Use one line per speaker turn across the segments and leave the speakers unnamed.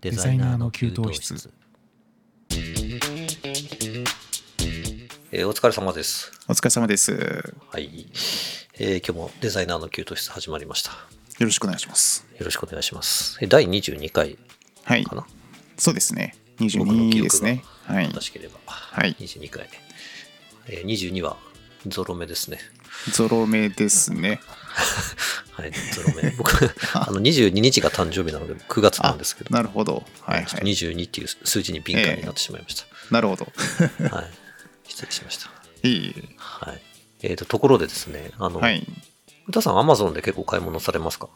デザイナーの給湯室
えーお疲れ様です。
お疲れ様です。よ
はい。えー今日もデザイナーの給湯室始まりました。よ
ろしくお願いします。
ろしくお願いします。えー第22回
はい
か。な、
そうですね。
僕の記
22です
憶
ね。
が
はい。
正しければ。
はい
22回、えー22はゾロ目ですね。
ゾロ目ですね。
はい、ゾロ目。 僕、あの22日が誕生日なので9月なんですけど、
なるほど。はい
ちょっ
は
と
い。
22っていう数字に敏感になってしまいまし
なるほど。
た。 はい。失礼しました。
いい。
はい。えー、と、ところでですね、あの、
はい。
歌さん、アマゾンで結構買い物されますか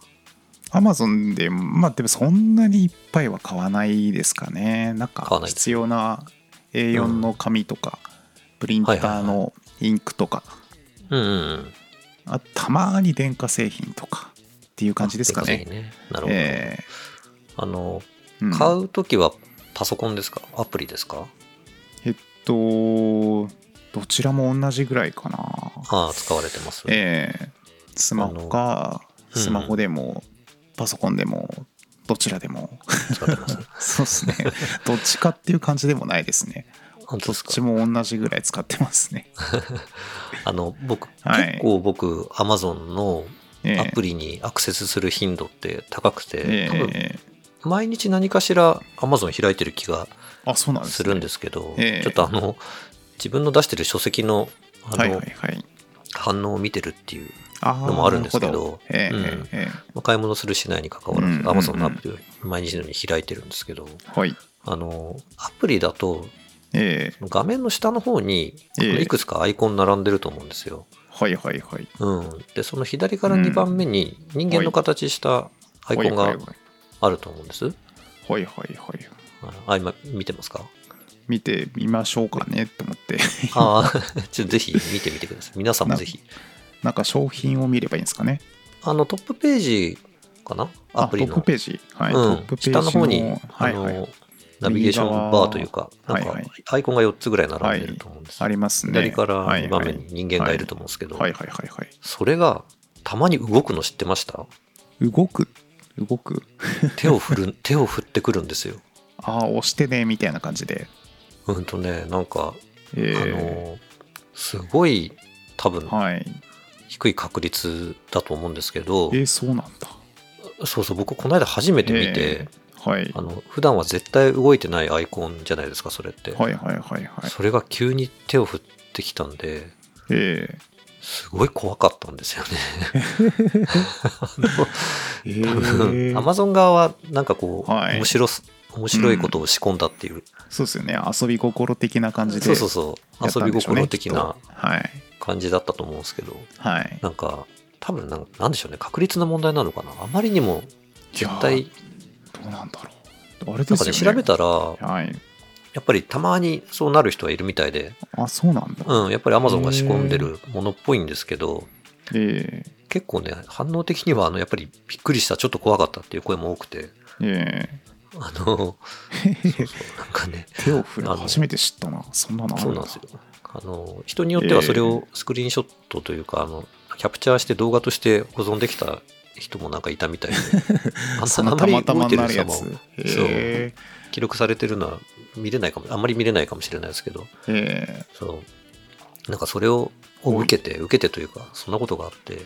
アマゾンで、まあでもそんなにいっぱいは買わないですかね。なん
買わ
か
ないです
必要な A4 の紙とか、プリンターのインクとか、
うんうんうん。
あたまに電化製品とかっていう感じですか
でっい
ね。
ね。なるほど。
え
あの、
えうん
買うときはパソコンですかアプリですか
えっと、どちらも同じぐらいかな。
ああ、使われてます。
ええスマホか、
あの
スマホでも、パソコンでも、どちら でも。
使って ます。
そうですね。どっちかっていう感じでもないですね。
本当で
どっ
すか
ちも同じぐらい使ってますね。
あの、僕、
はい
結構僕、アマゾンの
ええ
アプリにアクセスする頻度って高くて、多分、
ええ
毎日何かしらアマゾン開いてる気が
あ、そうなんですす
るん
ね。
ですけど、
ええ
ちょっとあの、自分の出してる書籍の、あの、
はいはいはい。
反応を見てるっていう、
あー
のもあるんですけど
なるほええ
うん
えええ
まあ買い物するしないに関わらず、
うんうんうん
Amazon のアプリを毎日のように開いてるんですけど、
えはい。
あの、アプリだと、
ええ
画面の下の方に、
ええ
いくつかアイコン並んでると思うんですよ。
はいはいはい。
うん。で、その左から
うん
2番目に人間の形したアイコン
はい
が
はいはい
あると思うんです。
はいはいはい。
あ、今見てます か
見てみましょうかねと思って、
ああ、ちょっとぜひ見てみてください。皆さんもぜひ。
なんか商品を見ればいいんですかね。
あの、トップページかなア
あ、ト
プリ
ップ
の。
ページ。はい。トッ
う
プ
ん。
ページ
下の方に、
は
あ
いはい
の、ナビゲーションバーというか、
側
なんか
はいは、
アイコンが4つぐらい並んでると思うんです。
ありますね。
左から2番目
はい
に
はい
人間がいると思うんですけど、
はいはいはいはい。
それがたまに動くの知ってました
動く、動く。
手を振る 手を振ってくるんですよ。
ああ、押してね、みたいな感じで。
うんとねなんか、
え
あ
ー
のすごい多分
はい。
低い確率だと思うんですけど、
えー、そうなんだ。
そうそう僕この間初めて見て
え、ーはい。
あの普段は絶対動いてないアイコンじゃないですかそれって、
はいはいはいはい。
それが急に手を振ってきたんで
え
すごい怖かったんですよね。
ーえ
多分
ー
アマゾン側はなんかこう、
はい
面白す面白いことを仕込んだっていう、
そうですよね。遊び心的な感じで。
そうそうそう遊び心的な
やったんでしょうね。きっ
感じだったと思うんですけど、
とはい。はい。
なんか多分なんなんでしょうね確率の問題なのかなあまりにも絶
い
対
やー。どうなんだろう。あ
な
れで
んか
す
ね
よね。
調べたら
はい。
やっぱりたまにそうなる人はいるみたいで、
あ、そうなんだ。
うん、やっぱり Amazon が仕込んでるものっぽいんですけど
えー
結構ね反応的にはあのやっぱりびっくりしたちょっと怖かったっていう声も多くて
え
あ のそうそうなんかね
ー手を振る。
あの
初めて知ったな。そんなのある
そうなんですよ。あの人によってはそれをスクリーンショットというか、あのキャプチャーして動画として保存できた人もなんかいたみ たいであ
そ
んな
の
あんま
た
り
また
動
ま
いて
にな
る様
るや
も
つ。
そう
え
記録されてるのは見れないかもあんまり見れないかもしれないですけど
ーえ
そうなんかそれをを受けて受けてというかそんなことがあって、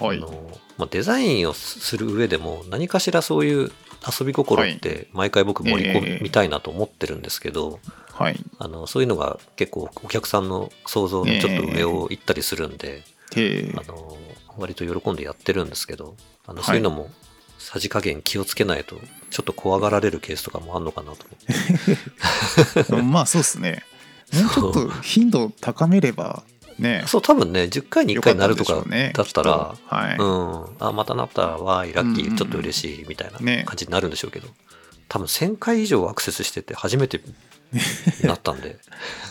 ーはい
あ。のまあ、デザインをすする上でも何かしらそういう遊び心って毎回僕盛り込みたいなと思ってるんですけど、
はい。
あのそういうのが結構お客さんの想像のちょっと上を行ったりするんで、
えー
あの割と喜んでやってるんですけどあの
はい
そういうのもさじ加減気をつけないとちょっと怖がられるケースとかもあるのかなと思って
まあそうですね。もうちょ
そ
っと頻度高めれば ね、
そう多分ね10回に1
よ
回
かっ
な
たん
る
で
と
しょ
か
うね。
だったら
きっとはい、
うんあまたなったわーいラッキ
うんう
ー
んうん
ちょっと嬉しいみたいな
ね
感じになるんでしょうけど、多分1000回以上アクセスしてて初めてなったん で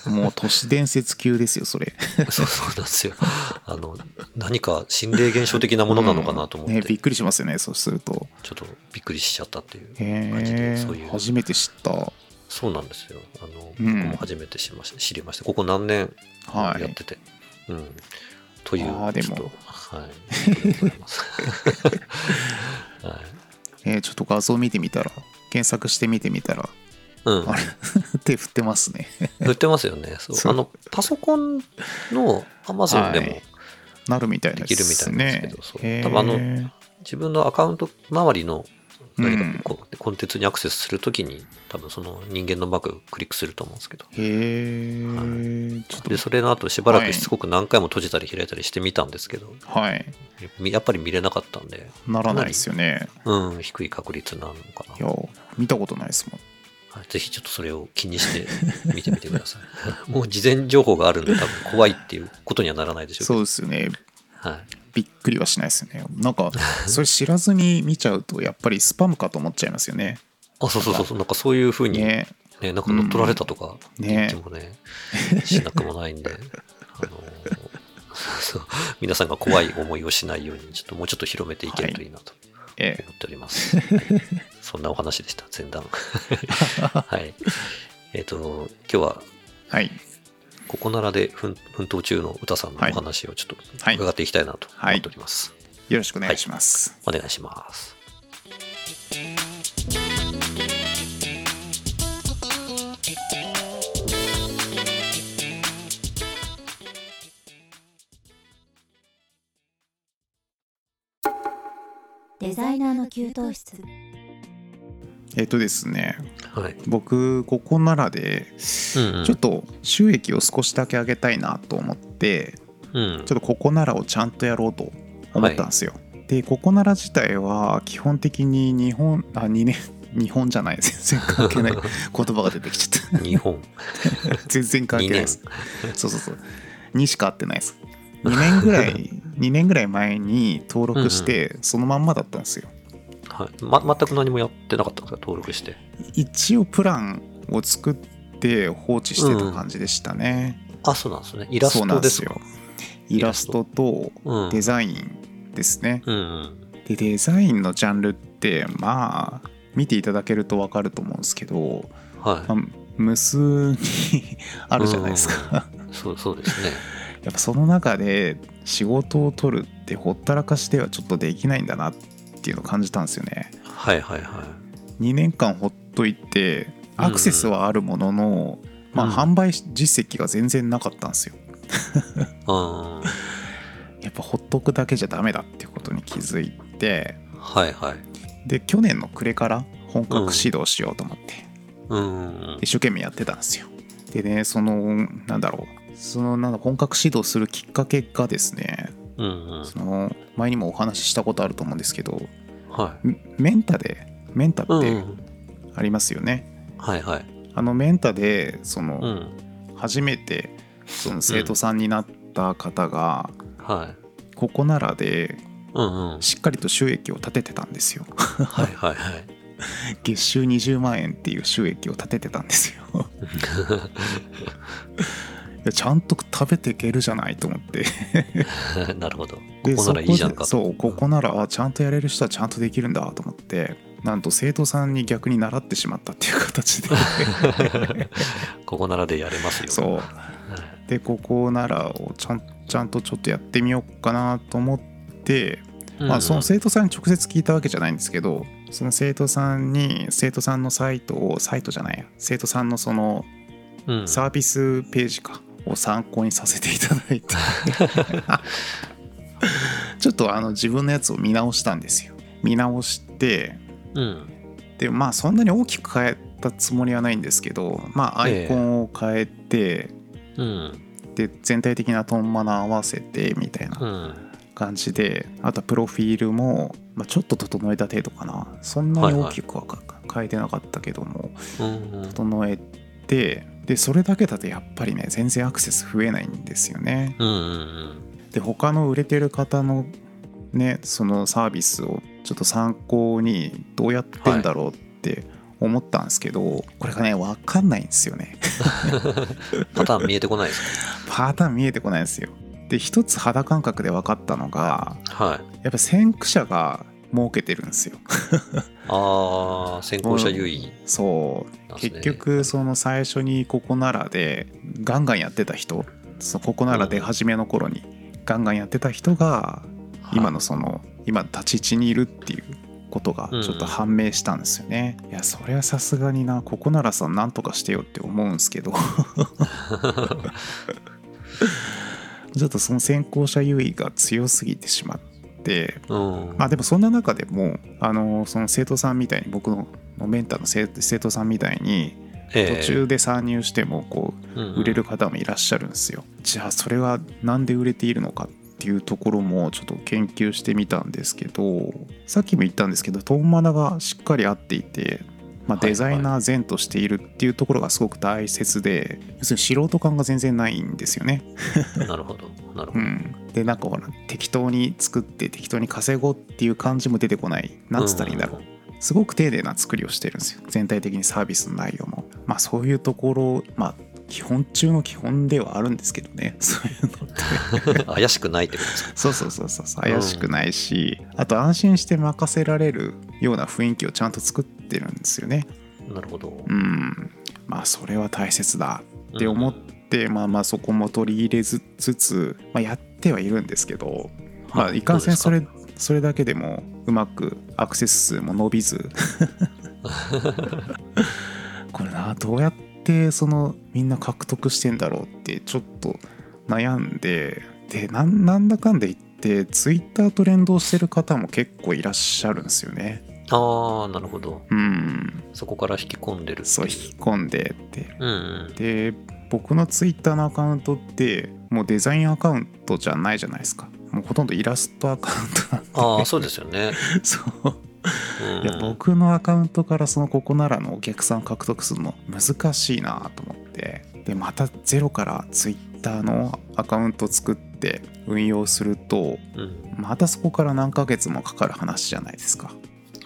もう都市伝説級ですよ、それ。
そうそうなんですよあの何か心霊現象的なものなのかな と思っ
うん
て
ね。びっくりしますよね、そうすると。
ちょっとびっくりしちゃったっていう感じで、
へ
そうい
え、
う、
初めて知った。
そうなんですよ。あの、
うん
僕も初めて知りました、知りました。ここ何年
は
やっ
い。
てて。うん。という、
あーで
ちょ
も
っと、 はい。ことでございますはい
えーちょっと画像見てみたら、検索して見てみたら、
うん
あ。れ手振ってますね。
売ってますよね。そう
そう
あのパソコンの Amazon でも、
はいなるみたいですね。
できるみたいなんですけどそう
へー
多分あの自分のアカウント周りの何
うん
かこうコンテンツにアクセスするときに、多分その人間のマーククリックすると思うんですけど。
へえ、ちょっと
で、それの後しばら
はい
くしつこく何回も閉じたり開いたりしてみたんですけど、
はい、
みやっぱり見れなかったんで、
ならないですよね。
うん、低い確率なのか
いや
な。、
見たことないですもん。
はいぜひちょっとそれを気にして 見てみてください。 もう事前情報があるんで、多分怖いっていうことにはならないでしょうけ
そ
ど。
うですよね。
はい
びっくりはしないですよね。なんか、それ知らずに見ちゃうと、やっぱりスパムかと思っちゃいますよね。
あ、そうそうそうそう、なんかそういうふうに、ね、
ね。
なんか乗っ取られたとか
うん
って言ってもね、しなくもないんで、あのー、 そう皆さんが怖い思いをしないように、ちょっともうちょっと広めていけるといいなと
ええ
思っており ます。はいそんなお話でした、前段。 はい。えっ、と、今日は、
はい。
ここならで奮奮闘中の歌さんのお話をちょっと
はい
伺っていきたいなと思っております。
よろしくお願いします。
お願いします。
デザイナーの給湯室
えっとですね、
はい。
僕、ここならで、
うん、うん。
ちょっと収益を少しだけ上げたいなと思って、
うん
ちょっとここならをちゃんとやろうと思ったんですよ。で、ここなら自体は基本的に日本、あ、2年、日本じゃない、全然 関係ない言葉が出てきちゃっ
日本。
た。全然関係
2
ない
年
で。す。そうそうそう。にしか合ってないです。2年ぐらい、2年ぐらい前に登録して、そのまんまだったんですよ。
はい、ま全く何もやってなかったんですか登録して
一応プランを作って放置してた感じでしたね。
あそうなんですねイラ
そう
ス
な
ト
んで
ですす
よ
か。
イラストと
うん
デザインですね。
うんうん
でデザインのジャンルってまあ見ていただけると分かると思うんですけど、
は
まあ、無数に あるじゃないですか、
いそうそうですね
やっぱその中で仕事を取るってほったらかしではちょっとできないんだなっていうのを感じたんですよね
はいはいはい
2年間ほっといてアクセスはあるものの、まあ、
うん
販売実績が全然なかったんですよ
うん
やっぱほっとくだけじゃダメだっていうことに気づいて
はいはい
で去年の暮れから本格指導しようと思って、
うんうん
一生懸命やってたんですよでねそのなんだろうそのなんだ本格指導するきっかけがですね
うんうん
その前にもお話ししたことあると思うんですけど
は
メメンタでメンタっ
いうんう
て
ん
ありますよね、
はいはい
あのメンタでその、
うん
初めてその生徒さんになった方が、
はい
ここならで
うんう ん
しっかりと収益を立ててたんですよ
はいはいはい
月収20万円っていう収益を立ててたんです よいやちゃんと食べていけるじゃないと思って
なるほどこ
で
こならいいじゃんか
そこでそうここ
な
ならあちゃんとやれる人はちゃんとできるんだと思ってなんと生徒さんに逆に習ってしまったっていう形 で
ここならでやれますよ
そう
はい
でここならをちゃんちゃんとちょっとやってみようかなと思って、
うん
ま
う
あ、
ん
その生徒さんに直接聞いたわけじゃないんですけどその生徒さんに生徒さんのサイトをサイトじゃないや生徒さんのその
うん
サービスページかを参考にさせていただいて ちょっとあの自分のやつを見直したんですよ見直して
うん
でまあそんなに大きく変えたつもりはないんですけどまあアイコンを変えて、
うん
で全体的なトーンマナー合わせてみたいな
うん
感じであとはプロフィールも、まあ、ちょっと整えた程度かなそんなに大きくはか変えてなかったけども
うんうん
整えてでそれだけだとやっぱりね全然アクセス増えないんですよね
うんうん
で他の売れてる方のねそのサービスをちょっと参考にどうやってんだろうって思ったんですけど、これがね分かんないんですよね
パターン見えてこないです
パターン見えてこないんですよで一つ肌感覚で分かったのが
かはい
やっぱ先駆者が儲けてるんです よ
ああ、先行者優位
そう
なんですね。
結局その最初にここならでガンガンやってた人そのここなら出始めの頃にガンガンやってた人が
はい
今のその今立ち位置にいるっていうことがちょっと判明したんですよね。いやそれはさすがになここならさんなんとかしてよって思うんです けど ちょっとその先行者優位が強すぎてしまって
うん。
まあでもそんな中でもあのその生徒さんみたいに僕のメンターの生生徒さんみたいに途
ええ
中で参入してもこう売れる。方もいらっしゃるんですよ。じゃあそれはなんで売れているのかっていうところもちょっと研究してみたんですけどさっきも言ったんですけどトーンマナがしっかり合っていて、まあ、
はい
デザイナー善としているっていうところがすごく大切で、要するに素人感が全然ないんですよね。
うんうんなるほど。なるほ
う
ど。
ん、でなんかほら適当に作って適当に稼ごうっていう感じも出てこないなんつったらいいんだろう
う。
すごく丁寧な作りをしてるんですよ全体的にサービスの内容もまあそういうところまあ基本中の基本ではあるんですけどね そういうの
怪しくないってことですか。
そうそうそうそうそう怪しくないし、あと安心して任せられるような雰囲気をちゃんと作ってるんですよね
なるほど。
うんまあそれは大切だ
うん
って思って、まあまあそこも取り入れずつつ、まあ、やってはいるんですけど、まあいかんせんそれ。それだけでもうまくアクセス数も伸び ずこれなどうやってそのみんな獲得してんだろうってちょっと悩んででなんなんだかんで言ってツイッターと連動してる方も結構いらっしゃるんですよね
ああ、なるほど。
うん
そこから引き込んでる。
そう引き込んでって
うんうん。
で僕のツイッターのアカウントってもうデザインアカウントじゃないじゃないですかもうほとんどイラストアカウントなんで
ああ、そうですよね。
そう
うん
いや僕のアカウントからそのここならのお客さん獲得するの難しいなと思ってでまたゼロからツイッターのアカウント作って運用すると
うん。
またそこから何ヶ月もかかる話じゃないですか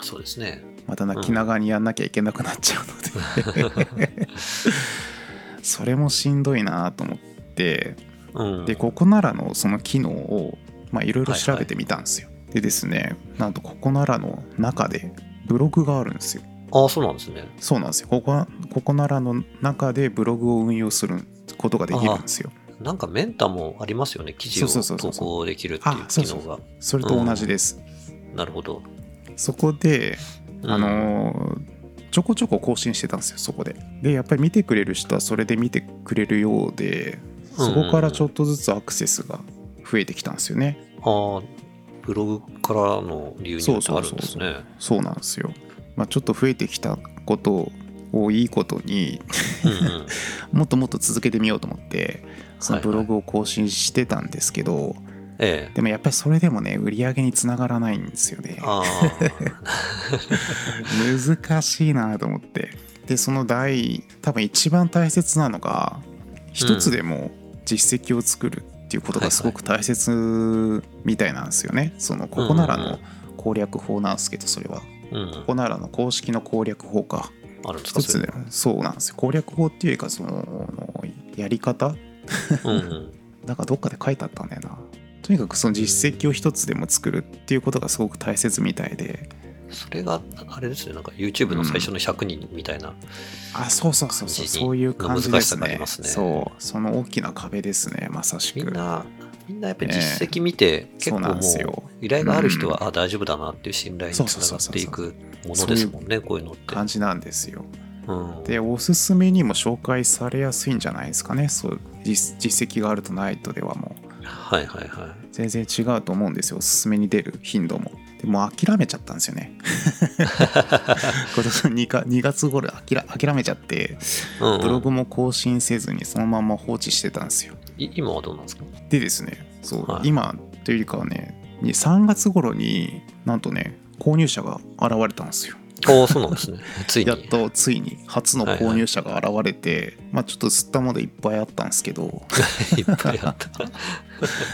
そうですね。
また泣きながらにやんなきゃいけなくなっちゃうので それもしんどいなと思って
うん。
でここならのその機能をまあいろいろ調べてみたんですよ、でですねなんとここならの中でブログがあるんですよ
ああ、そうなんですね。
そうなんですよここはここならの中でブログを運用することができるんですよ
なんかメンタもありますよね。記事
そうそう
を
そうそう
投稿できるっていう
あそう
機
そう
能が。
それと同じです、
なるほど。
そこで
うん
あのーちょこちょこ更新してたんですよそこででやっぱり見てくれる人はそれで見てくれるようでそこからちょっとずつアクセスが増えてきたんですよね
ああ、ブログからの理由によってあるんですね。
そうなんですよ、まあ、ちょっと増えてきたことをいいことに
うんうん
もっともっと続けてみようと思ってそのブログを更新してたんですけど、
ええ。
でもやっぱりそれでもね売り上げにつながらないんですよね
ああ、
難しいなと思ってでその第多分一番大切なのが一つでも実績を作るっていうことがすごく大切みたいなんですよね、そのここなら
うんうんう
の
ん
攻略法なんですけどそれは
うん
こ。こならの公式の攻略法か
あるんですか
一つでもそうなんですよ攻略法っていうかそのやり方
それうんうん。
なんかどっかで書いてあったんだよなとにかくその実績を一つでも作るっていうことがすごく大切みたいで
それがあれですね、なんか YouTube の最初の100人みたいな。
あそうそうそ
感
うそう
じに
そういう感じ
難
です
しさがあ
ね
りますね
そうその大きな壁ですねまさしく
みんな、みんなやっぱり実績見て、結
そう
構
なん
も
ですよ
う、依頼がある人は、あ大丈夫だなっていう信頼につ
そうそうそ
な
う
が
そ
っ
う
ていくものですもんね、こういうのって。
感じなんですよ
うん
でおすすめにも紹介されやすいんじゃないですかねそう実実績があるとないとではもう
はいはいは
全然違うと思うんですよおすすめに出る頻度もでもう諦めちゃったんです よね今年の 2, か2月頃諦諦めちゃって
い。うんうん
ブログも更新せずにそのまま放置してたんですよ
い今はどうなんですか
でですねそう、
はい
今というよりかはねに3月頃になんとね購入者が現れたんですよ
ああ、そうなん ですね。ついに。
やっとついに初の購入者が現れて、まあちょっと吸ったもんでいっぱいあったんですけ ど
いっぱいあった。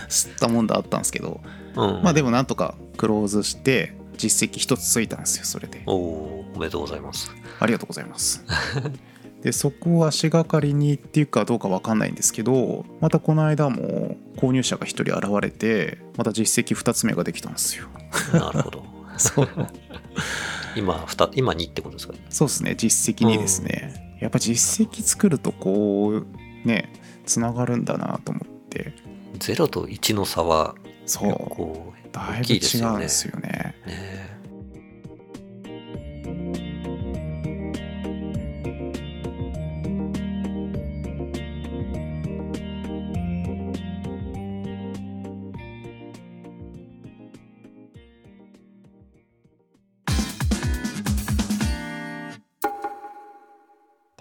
吸ったもんだあったんですけど、
うん、
まあでもなんとかクローズして実績一つついたんですよそれで
おおおめでとうござい ます。
ありがとうございます でそこを足がかりにっていうかどうかわかんないんですけどまたこの間も購入者が1人現れてまた実績2つ目ができたんですよ
なるほど。
そう
今、二今2ってことですかね。
そうですね実績にですね、やっぱ実績作るとこうねつながるんだなと思って
0と1の差は、
そう
こう、
だ
大
いぶ
きいです
違う
よ
ん
ね。
ですよね
ね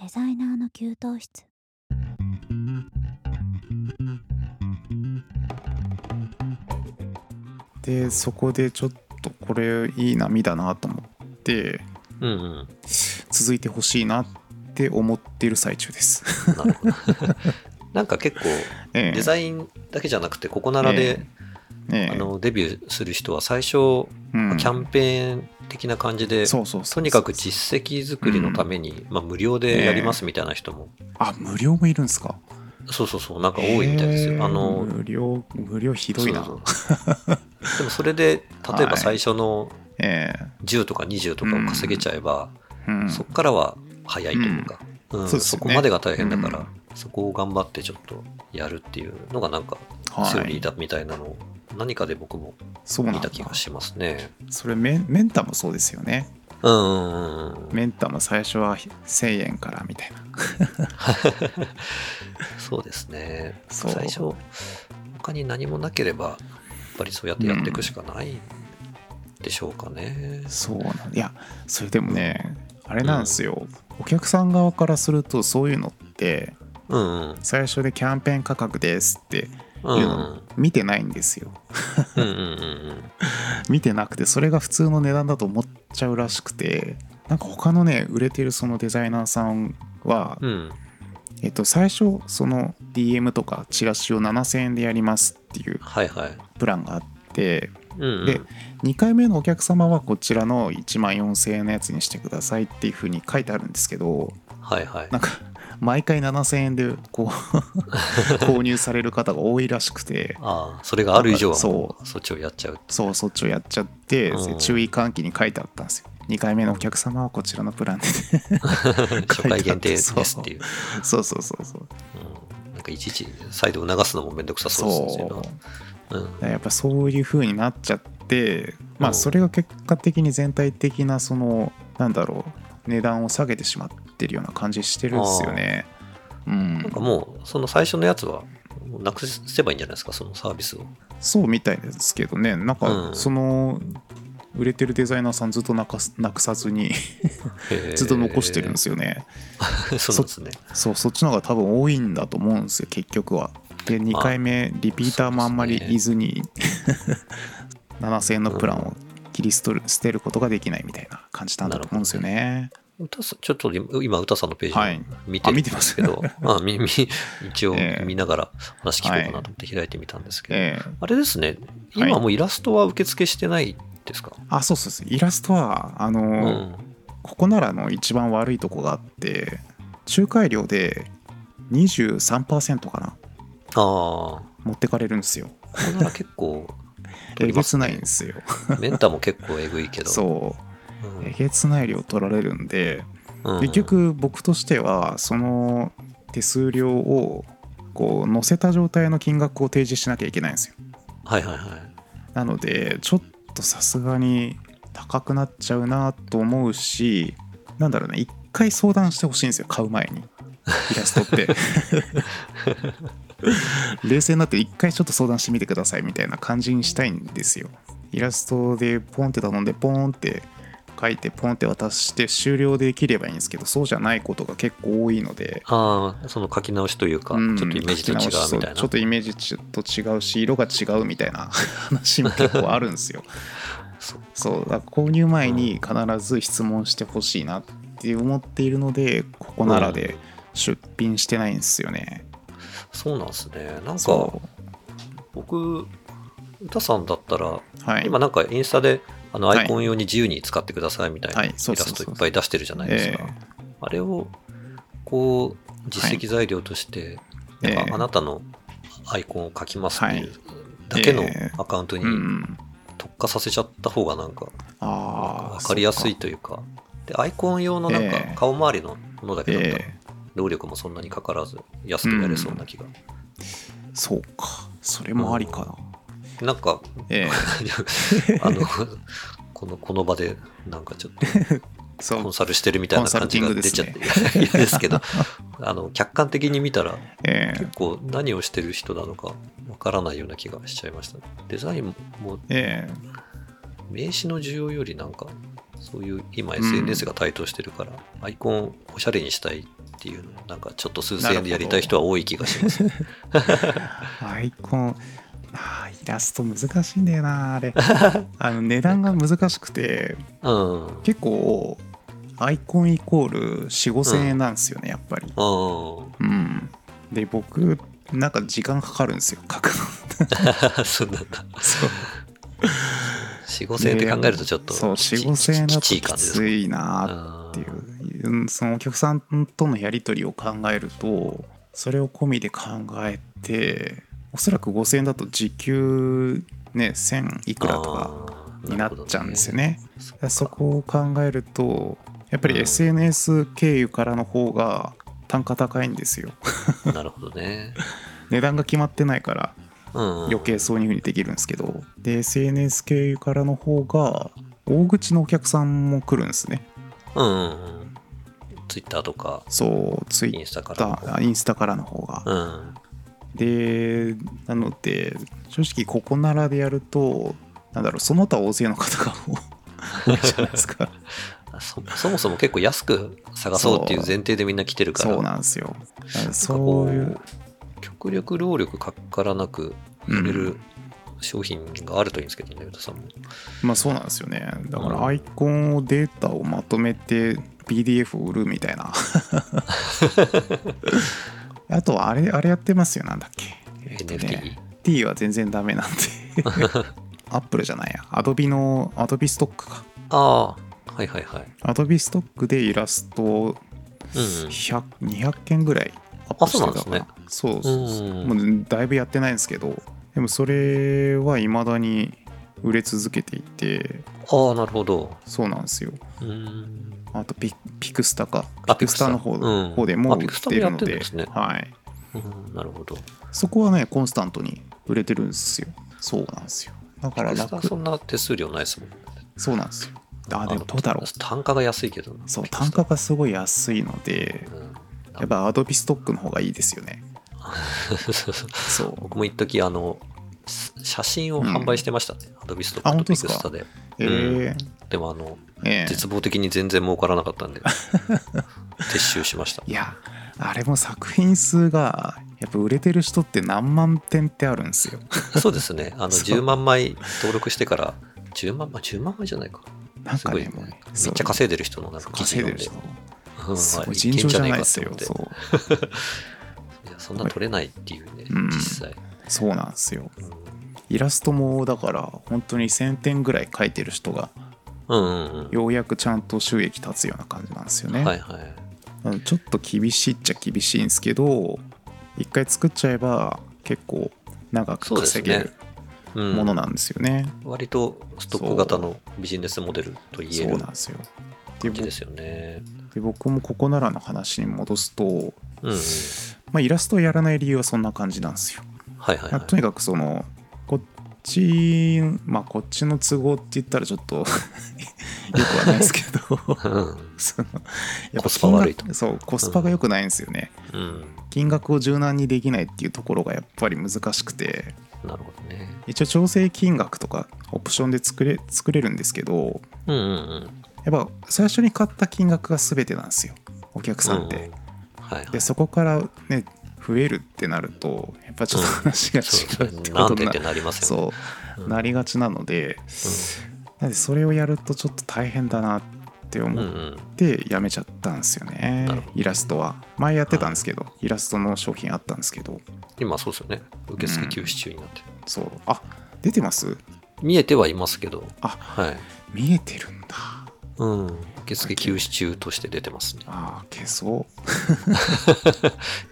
ザイナーの給湯室
でそこでちょっとこれいい波だなと思って
うんうん。
続いてほしいなって思ってる最 中です。
なるほど。なんか結構、
ええ
デザインだけじゃなくて、ここならで、
ええ
あのデビューする人は最初、
うん
キャンペーン的な感じで、
そうそうそう
とにかく実績作りのために、まあ、無料でやりますみたいな人も、
あ無料もいるんですか
そうそうそう、なんか多いみたいです
ええ
よ。あの
無料無料ひどいな
そうそうでもそれで、例えば最初の
ええ
10とか20とかを稼げちゃえば、
うん
そこからは早いというか、うん
そう
そ
ですよね
こまでが大変だから、
うん
そこを頑張ってちょっとやるっていうのがなんかセオ
は
リー
い
だみたいなのを何かで僕も
そうなん
見
だ
た気がしますね。
それメンメンタもそうですよね
うんうんうんうん
メンタも最初は1000円からみたいな
そうですね。
そう
最初他に何もなければやっぱりそうやってやっていくしかないでしょうかね。
そうなんいやそれでもねあれなんですよ、お客さん側からするとそういうのって
うんうん
最初でキャンペーン価格ですって
うんう
いうんの見てないんですよ、
うんうんうん
見てなくてそれが普通の値段だと思っちゃうらしくてなんか他のね売れてるそのデザイナーさんは、
うん
えっと、最初その DM とかチラシを7000円でやりますっていう
はいはい。
プランがあって
うんうん
で2回目のお客様はこちらの1万4000円のやつにしてくださいっていうふうに書いてあるんですけど
はいはい
なん。か毎回7000円で こう 購入される方が多いらしくて
ああ、それがある以上は
そ
もうそっちをやっちゃう。
そうそっちをやっちゃって
うん
注意喚起に書いてあったんですよ2回目のお客様はこちらのプラ ンで
初回限定ですっていう。
そうそうそうそう
うんなんかいちいち再度促すのもめんどくさそうですね。
そう
そういうのは
やっぱそういう風になっちゃってま
う
あ
ん
それが結果的に全体的なそのなんだろう値段を下げてしまってるような感じしてるんですよねう
うんなん
ん
かもう、その最初のやつは、もうなくせばいいんじゃないですか、そのサービスを。
そうみたいですけどねなん
う
か
ん
その売れてるデザイナーさんずっとなかすなくさずにずっと残してるんですよね
よ。 そうなんですね。
そうそっちの方が多分多いんだと思うんですよ結局はで2回目リピーターもあんまりいず に7000円のプランを切り捨てる捨てることができないみたいな感じなんだと思うんですよね
歌さんちょっと今、歌さんのペ
は
ー
い
ジを見て
あ
るん
見
で
てますす
けど、 あみみ一応
ええ
見ながら話聞こうかなと思って開いてみたんですけど、
ええ
あれですね、
はい
今もうイラストは受付してないですか、
あそうそうそうイラストはあの、
うん。
ここならの一番悪いとこがあって仲介料で23%かな
ああ、
持ってかれるんですよ
これなら結構
え
取り
げ
ま
つ
す
ない
ね
んで。すよ
メンタも結構えぐいけど。
そううんえげつない量取られるんで
うん
結局僕としてはその手数料をこう乗せた状態の金額を提示しなきゃいけないんですよ
はいはいはい。
なのでちょっとさすがに高くなっちゃうなと思うしなんだろうね一回相談してほしいんですよ買う前にイラストって冷静になって一回ちょっと相談してみてくださいみたいな感じにしたいんですよイラストでポンって頼んでポンって書いてポンって渡して終了できればいいんですけどそうじゃないことが結構多いので
ああ、その書き直しというか、
うん
ちょっとイメージと違う
書き直しそ
みたいな。
ちょっとイメージちょっと違うし色が違うみたいな 話も結構あるんですよ
そう
そうだから購入前に必ず質問してほしいなって思っているのでここならで出品してないんですよね、
そうなんですね。なんか
そ
僕、歌さんだったら、
うはい
今なんかインスタであの
はい
アイコン用に自由に使ってくださいみたいな、
はい
イラ
そうそう
ス
そ
トい
う
っぱい出してるじゃないですか。
え
あれをこう実績材料として、
はい
なん
ええ
かあなたのアイコンを書きますっていう
は
だけの
ええ
アカウントに
うん
特化させちゃった方がなんか
ああ
分かりやすいというかでアイコン用のなんか
ええ
顔周りのものだけだったら
ええ
労力もそんなにかからず安くやれそうな気が、
そうかそれもありかな、
なんか
え
あのこのこの場でなんかちょっと
えそ
コ
う
ンサルしてるみたいな感じが出ちゃって
コ
嫌ですけどあの客観的に見たら
ええ
結構何をしてる人なのかわからないような気がしちゃいましたねデザインも
ええ
名刺の需要よりなんかそういう今 SNS が台頭してるから、アイコンをおしゃれにしたいっっていうのをなんかちょっと数千円でやりたい人は多い気がし ます。
アイコンあーイラスト難しいんだよな あれあの値段が難しくて
うん。 うん。
結構アイコンイコール4 5千円なんですよねやっぱりうんで僕なんか時間かかるんですよ書くの
そうなんだ。
そう
4、5千円って考えるとちょっと、
そう
き
4 5千円だと
きち
き
い感じです
ついなーっ
って
いううんそのお客さんとのやり取りを考えるとそれを込みで考えておそらく5000円だと時給ね1000いくらとかになっちゃうんですよね。
そっか
そこを考えるとやっぱ
う
り
ん
SNS 経由からの方が単価高いんですよ
なるほどね。
値段が決まってないから
うん。
余計そういう風にできるんですけどで SNS 経由からの方が大口のお客さんも来るんですね
うんうんうん。ツイッターとか、
そうツイ
イン
ッ
スタか
タ
らの
ーインスタからの方が
うん。
でなので正直ここならでやるとなんだろうその他大勢の方が多い じゃないですか
そそもそも結構安く探そうっていう前提でみんな来てるから、
そうなんですよだか
なん
ら
かこ
そういう
極力労力かからなく売れる商品があるといいんですけどね、宇田さんも。
まあそうなんですよねだか
う
ら
ん
アイコンをデータをまとめて PDF を売るみた いなあとはあれあれやってますよなんだっけ、えっと
NFT
ね、。T は全然ダメなん でアップルじゃないや Adobe の Adobe ストックか
ああ、はいはいはい。
Adobe ストックでイラストを
うんうん
100 200件ぐらいアップしてたかなそうそうそう
うん
もうだいぶやってないんですけどでもそれはいまだに売れ続けていて
ああ、なるほど。
そうなんですよ
うーん。
あとピピクスタか
あ
ピクスタの方,、
ピクスタうん
方でも
あ
売
ピ
っ
クスタ
て
も
い
や
る
っ
の
て
で
るんですね
はい、
うん、なるほど。
そこはねコンスタントに売れてるんですよそうなんですよだから
ピクスタ
楽
そんな手数料ないですもんね。
そうなんですよあでもどうだろう
単価が安いけどな
そう
ピク
単
ス タ
価がすごい安いので
うん
やっぱアドビストックの方がいいですよねそう
僕も一時あのす写真を販売してましたね、アドビストッ
あ
クと
本当で
ピ
す
ク
か
スタで。
えー
でもあの、
ええ
絶望的に全然儲からなかったん で、撤収しました。
いやあれも作品数がやっぱ売れてる人って何万点ってあるんですよ
そうですね、あの
そう
10万枚登録してから、10万枚、10万枚じゃないか。
なん
す
か
ごい、
ねもう
めっ
ね
ちゃ稼いでる人のなんか記事
稼いで
読ん
る
で
人、
うん
す
ま
ご
あ
い尋常じゃない
け
で
ん
す
じねえか
よ
って
そ
思
う
っていやそんな取れないっていうね、
うん
実際。
そうなんですよ
うん
イラストもだから本当に1000点ぐらい描いてる人が
うんうん
ようやくちゃんと収益立つような感じなんですよ
うん。
ね、
はいはい。
うんちょっと厳しいっちゃ厳しいんですけど一回作っちゃえば結構長く稼げ
そう
る
でう
もの
ん、
なんですよね
割とストック型のビジネスモデルと言え
そう
る
なん
感
ですよ
じ
でぼ
ですよね。
で僕もここならの話に戻すと、
うんうん、
まあ、イラストをやらない理由はそんな感じなんですよ
はいはい、
まあ
は
とにかくそのこっちまあこっちの都合って言ったらちょっと よくはないですけど
い。うん
そのやっぱ
コスパ
金額
悪いと
そうコスパが良くないんですよね、
うん、
金額を柔軟にできないっていうところがやっぱり難しくて
なるほどね。
一応調整金額とかオプションで作れ作れるんですけど
うんうん
やっぱ最初に買った金額が全てなんですよお客
う
さ
ん。
んって、
うんはいはい
で。そこからね増えるってなるとやっぱちょっと話が
そう
違
で
うっ
すね
て
な
こ
ん
と
で
に
っ
な
てなりますよね。
そう、なりがちなのでなんでそれをやるとちょっと大変だなって
うんう
思っ
ん
てやめちゃったんですよね、
なるほど
イラストは前やってたんですけどイラストの商品あったんですけど
今そうですよね。受付休止中になってる。
そうあ出てます
見えてはいますけど、
あ
はい。
見えてるんだ
うん。受付休止中として出てますね。
ああ消そう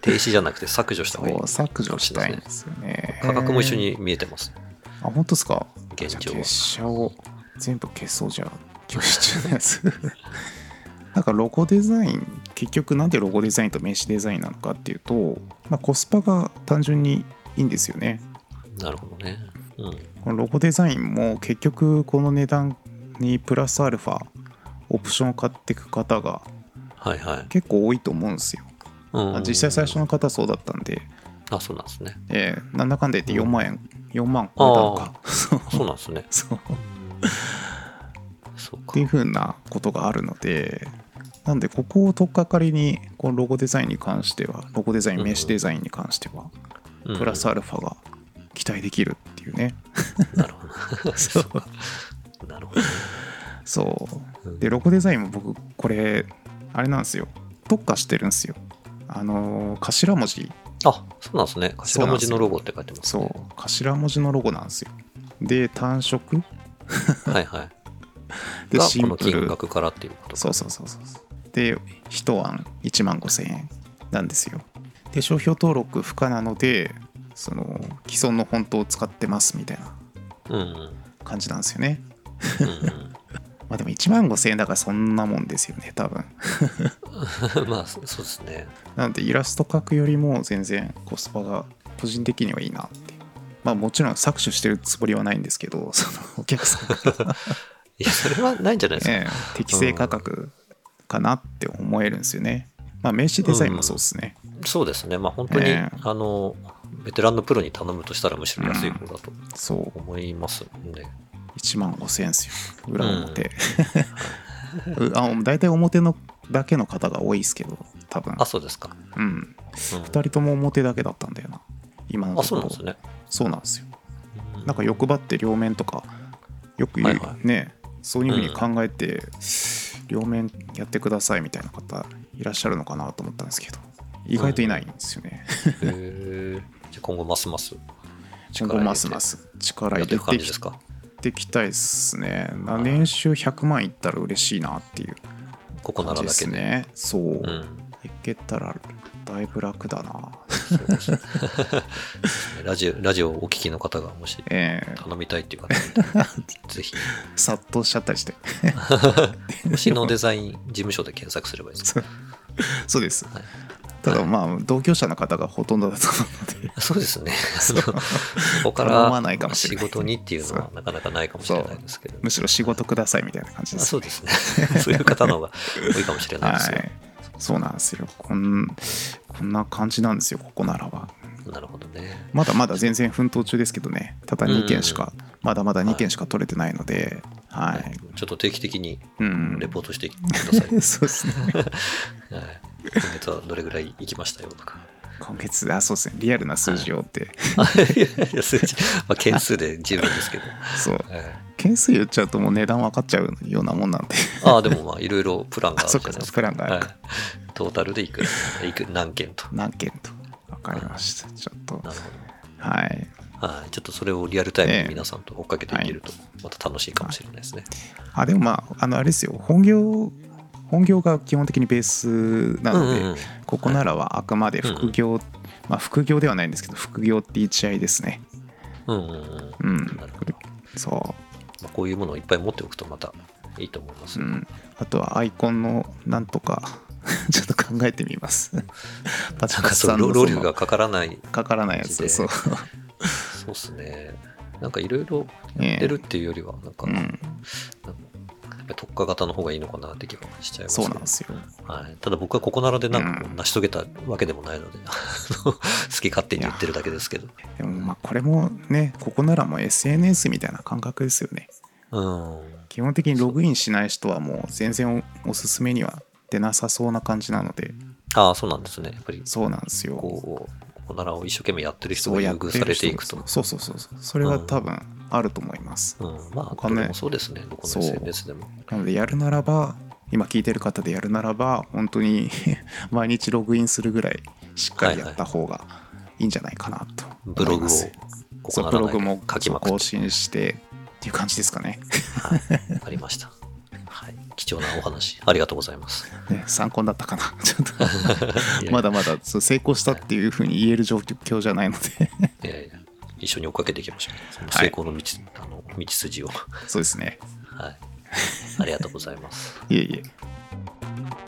停止じゃなくて削除した方がいい。
そう削除したいんですよね
価格も一緒に見えてます。
あ本当ですか
現状は
じゃあ消しちゃおう全部消そうじゃあ消しちゃうやつ なんかロゴデザイン結局なんでロゴデザインと名刺デザインなのかっていうと、まあ、コスパが単純にいいんですよね
なるほどね。うん。
このロゴデザインも結局この値段にプラスアルファオプションを買っていく方が
はいはい。
結構多いと思うんですよ、
うん
まあ実際最初の方はそうだったんで、
あ、そうなんですね。
えーなんだかんだ言って4万円4万超えたのか そう
そうなんですね。
そう
そう
っ
か
てい。う風なことがあるのでなんでここを取っかかりにこのロゴデザインに関してはロゴデザイン名刺デザインに関しては
うん
プラスアルファが期待できるっていうね、
なるほ ど。そうか。なるほどね。
そうでロゴデザインも僕これあれなんですよ特化してるんですよあのー頭文字
あ、そうなんですね。頭文字のロゴって書いてます、
そ
ね。
う頭文字のロゴなんですよで単色
はいはい。
で
が、
シ
こ
ン
の
プ
金
ル
額からっていうことか。
そうそうそうそうそうで1案1万5000円なんですよで商標登録不可なのでその既存のフォントを使ってますみたいな
うんうん。うん
感じなんですよね
うん
まあでも1万5000円だからそんなもんですよね多分
まあ、そそうですね。
なのでイラスト描くよりも全然コスパが個人的にはいいなってまあもちろん搾取してるつもりはないんですけどそのお客さんが、
いや、それはないんじゃないですか。
ね、適正価格かなって思えるんですよねまあ名刺デザインもそうですね、
そうですね。まあ、本当に、
ええ
あの、ベテランのプロに頼むとしたら、むしろ安い方だと
そう
思いますんで。
1万5000円ですよ裏表、う あ大体表のだけの方が多いですけど多分
あ、そうですか。うん
うん2人とも表だけだったんだよな今の
あ、
と
そ
こ
うなん
ろ
ですね。
そうなんですよ
うん
なんか欲張って両面とかよく言う、
はいはい
ねそういうふうに考えて、両面やってくださいみたいな方いらっしゃるのかなと思ったんですけど意外といないんですよね、
へーじゃあ今後ますます
今後ますます力
やっ
入
て
れ
いく感
て
じで
き
すか。
てきたいですねな年収100万いったら嬉しいなっていう
ここな
感
ら
じ
だ
で
け
す
で。
ねそう、
うん。
いけたらだいぶ楽だな
そうですねラジオ、ラジオをお聞きの方が、もし
ええ
頼みたいっていう 方がいたらぜひ、
殺到しちゃったりして
星のデザイン事務所で検索すればいいですか。
そうです、
はい
ただまあ同業者の方がほとんどだと思うので
そうですね。あのここか
頼まないからもし
仕
れない
事にっていうのはなかなかないかもしれないですけど。
むしろ仕事くださいみたいな感じ
あ
です
そうですね。 そういう方の方が多いかもしれないですよ。
はいそうなんですよこんこんな感じなんですよここならば
なるほどね。
まだまだ全然奮闘中ですけどねただ2件しか、まだまだ2件しか取れてないのではい、
ちょっと定期的に
うん
レポートしてください。
そうですね
はい、今月はどれぐらい行きましたよ とか。
今月あそうですねリアルな数字をって、
いや数字まあ、件数で十分ですけど。
そう
ええ
件数言っちゃうともう値段分かっちゃうようなもんなんで
ああ、でもまあ、いろいろプランがあ
あ
るじ
そ
ゃな
っか
いです
プ
か。
ランがある
はいトータルでいくいく何件と。
何件と分かりましたちょっと
なるほ
はい
ど。はい、ちょっとそれをリアルタイムに皆さんと追っかけていけると、また楽しいかもしれないですね。
あでもまああのあれですよ本業本業が基本的にベースなので、
うんうんうん
ここならはあくまで副業、まあ副業ではないんですけど副業って一合いですね
うんうんうん。
うん
なるほど。
そ
まあ、こういうものをいっぱい持っておくとまたいいと思います。
う、うん、あとはアイコンのなんとか ちょっと考えてみますパチ
なん
パ
か
チ
そ
さ
うん
の
労労
その
力がかからない、
かからないやつ
で
そう
そうっすね。なんかいろいろ
え
やってるっていうよりは、なんか、
う
なんか
ん
やっぱ特化型の方がいいのかなって気がしちゃいます
そ
ね
うなんですよ
はい、ただ僕はここならでなんかこ
う
う成し遂げたわけでもないので、あの好き勝手に言ってるだけですけど、
でもまあこれもねここならもう SNS みたいな感覚ですよね
うん、
基本的にログインしない人はもう全然おおすすめには出なさそうな感じなので
ああそうなんですねやっぱり
そうなんですよ
こうここならを一生懸命やってる人
そ
が
う
優
やっ
遇
て
さ
る
れて
人
いくと
そうそうそうそうそれは多分あると思います、
うん、まあ
他
こ
ね
れもそうですねどこ
そ
の
う
SNS でも
なのでやるならば今聞いてる方でやるならば本当に 毎日ログインするぐらいしっかりやった方がいいんじゃないかなと
ブログを
思います
こ
そ
こ
う
な
ブ
ら
ロ
ない
グも
で書きまくっ
更
て
新してっていう感じですかね
わかりました、はい、貴重なお話ありがとうございます
ね参考になったかな ちょっとまだまだそう成功したっていうふうに言える状況じゃないので
いやいや一緒に追っかけていきましょうその成功の道,、あの道筋をは
そうですね
いありがとうございます
いえいえ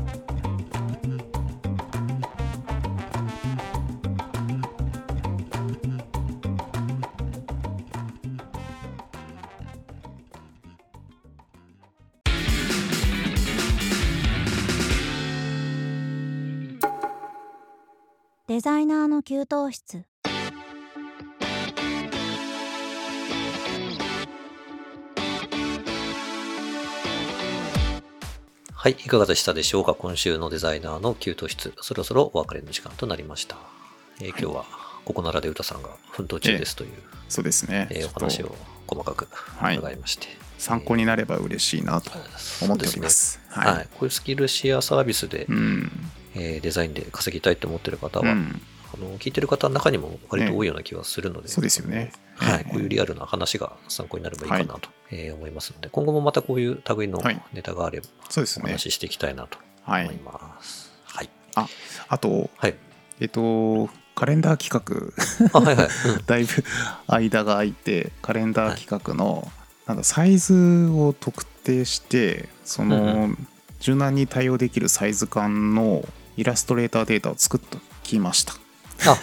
デザイナーの給湯室
はい、いかがでしたでしょうか今週のデザイナーの給湯室、そろそろお別れの時間となりました。えー今日は、ここならで歌さんが奮闘中ですという、
そうですね、
えーお
ちょっ
話
と
を細かく
はい
伺いまして。
参考になれば嬉しいなと思っております。
はい、
はい、
こういうスキルシェアサービスで、
うん、
えーデザインで稼ぎたいと思ってる方
う
は、
ん、
あの聞いてる方の中にも割と多いような気がするので、
そうですよね。
はい、
ええ
こういうリアルな話が参考になればいいかな
は
とえー思いますので、今後もまたこういう類の
はい
ネタがあれば
そうです
お
ね。
話ししていきたいなと
は
思い
い。
ます。はい。
あと、
はい。
えっと、カレンダー企画、
あ、はいはい。
だいぶ間が空いて、カレンダー企画の、なんだ、サイズを特定して、その、柔軟に対応できるサイズ感のイラストレーターデータを作っときました。
うん、あ、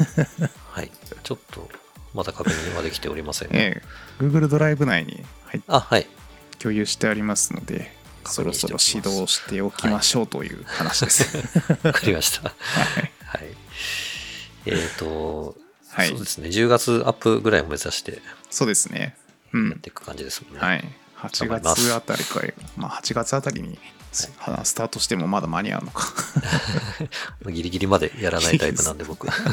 はい。ちょっと、まだ確認はできておりませんが。
ええ、Google ドライブ内にはい
あ、はい。
共有してありますので、そろそろ指導しておきましょうという話です。
わかりました。
はい。
はい。えっ、と、
はい
そうですね。10月アップぐらいを目指して
そうですね。う
やっ
ん。
ていく感じですもんね。
はい。8
頑張ります
月あたりかい、まあ8月あたりにすはスタートしてもまだ間に合う のか。
ギリギリまでやらないタイプなんで、 僕。は
ま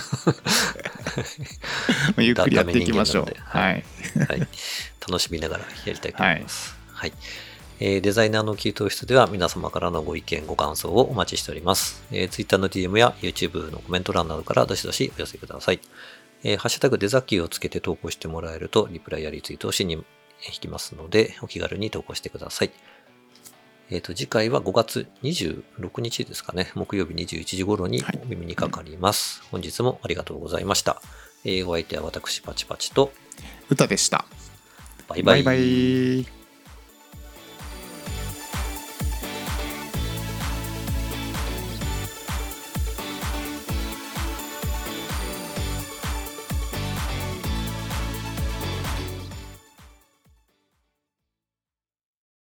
あゆっくりやっていきましょう
ダメ。人間な
は
ん
い。
い。楽しみながらやりたいと思います。はい。えーデザイナーの給湯室では皆様からのご意見、ご感想をお待ちしております。えー Twitter の DM や YouTube のコメント欄などからどしどしお寄せください。えーハッシュタグデザキーをつけて投稿してもらえると、リプライやリツイートをしに引きますので、お気軽に投稿してください。えっ、と、次回は5月26日ですかね、木曜日21時頃に
はい
お耳にかかります。本日もありがとうございました。えーお相手は私、パチパチと、
歌でした。
バイバイ。
バイバイ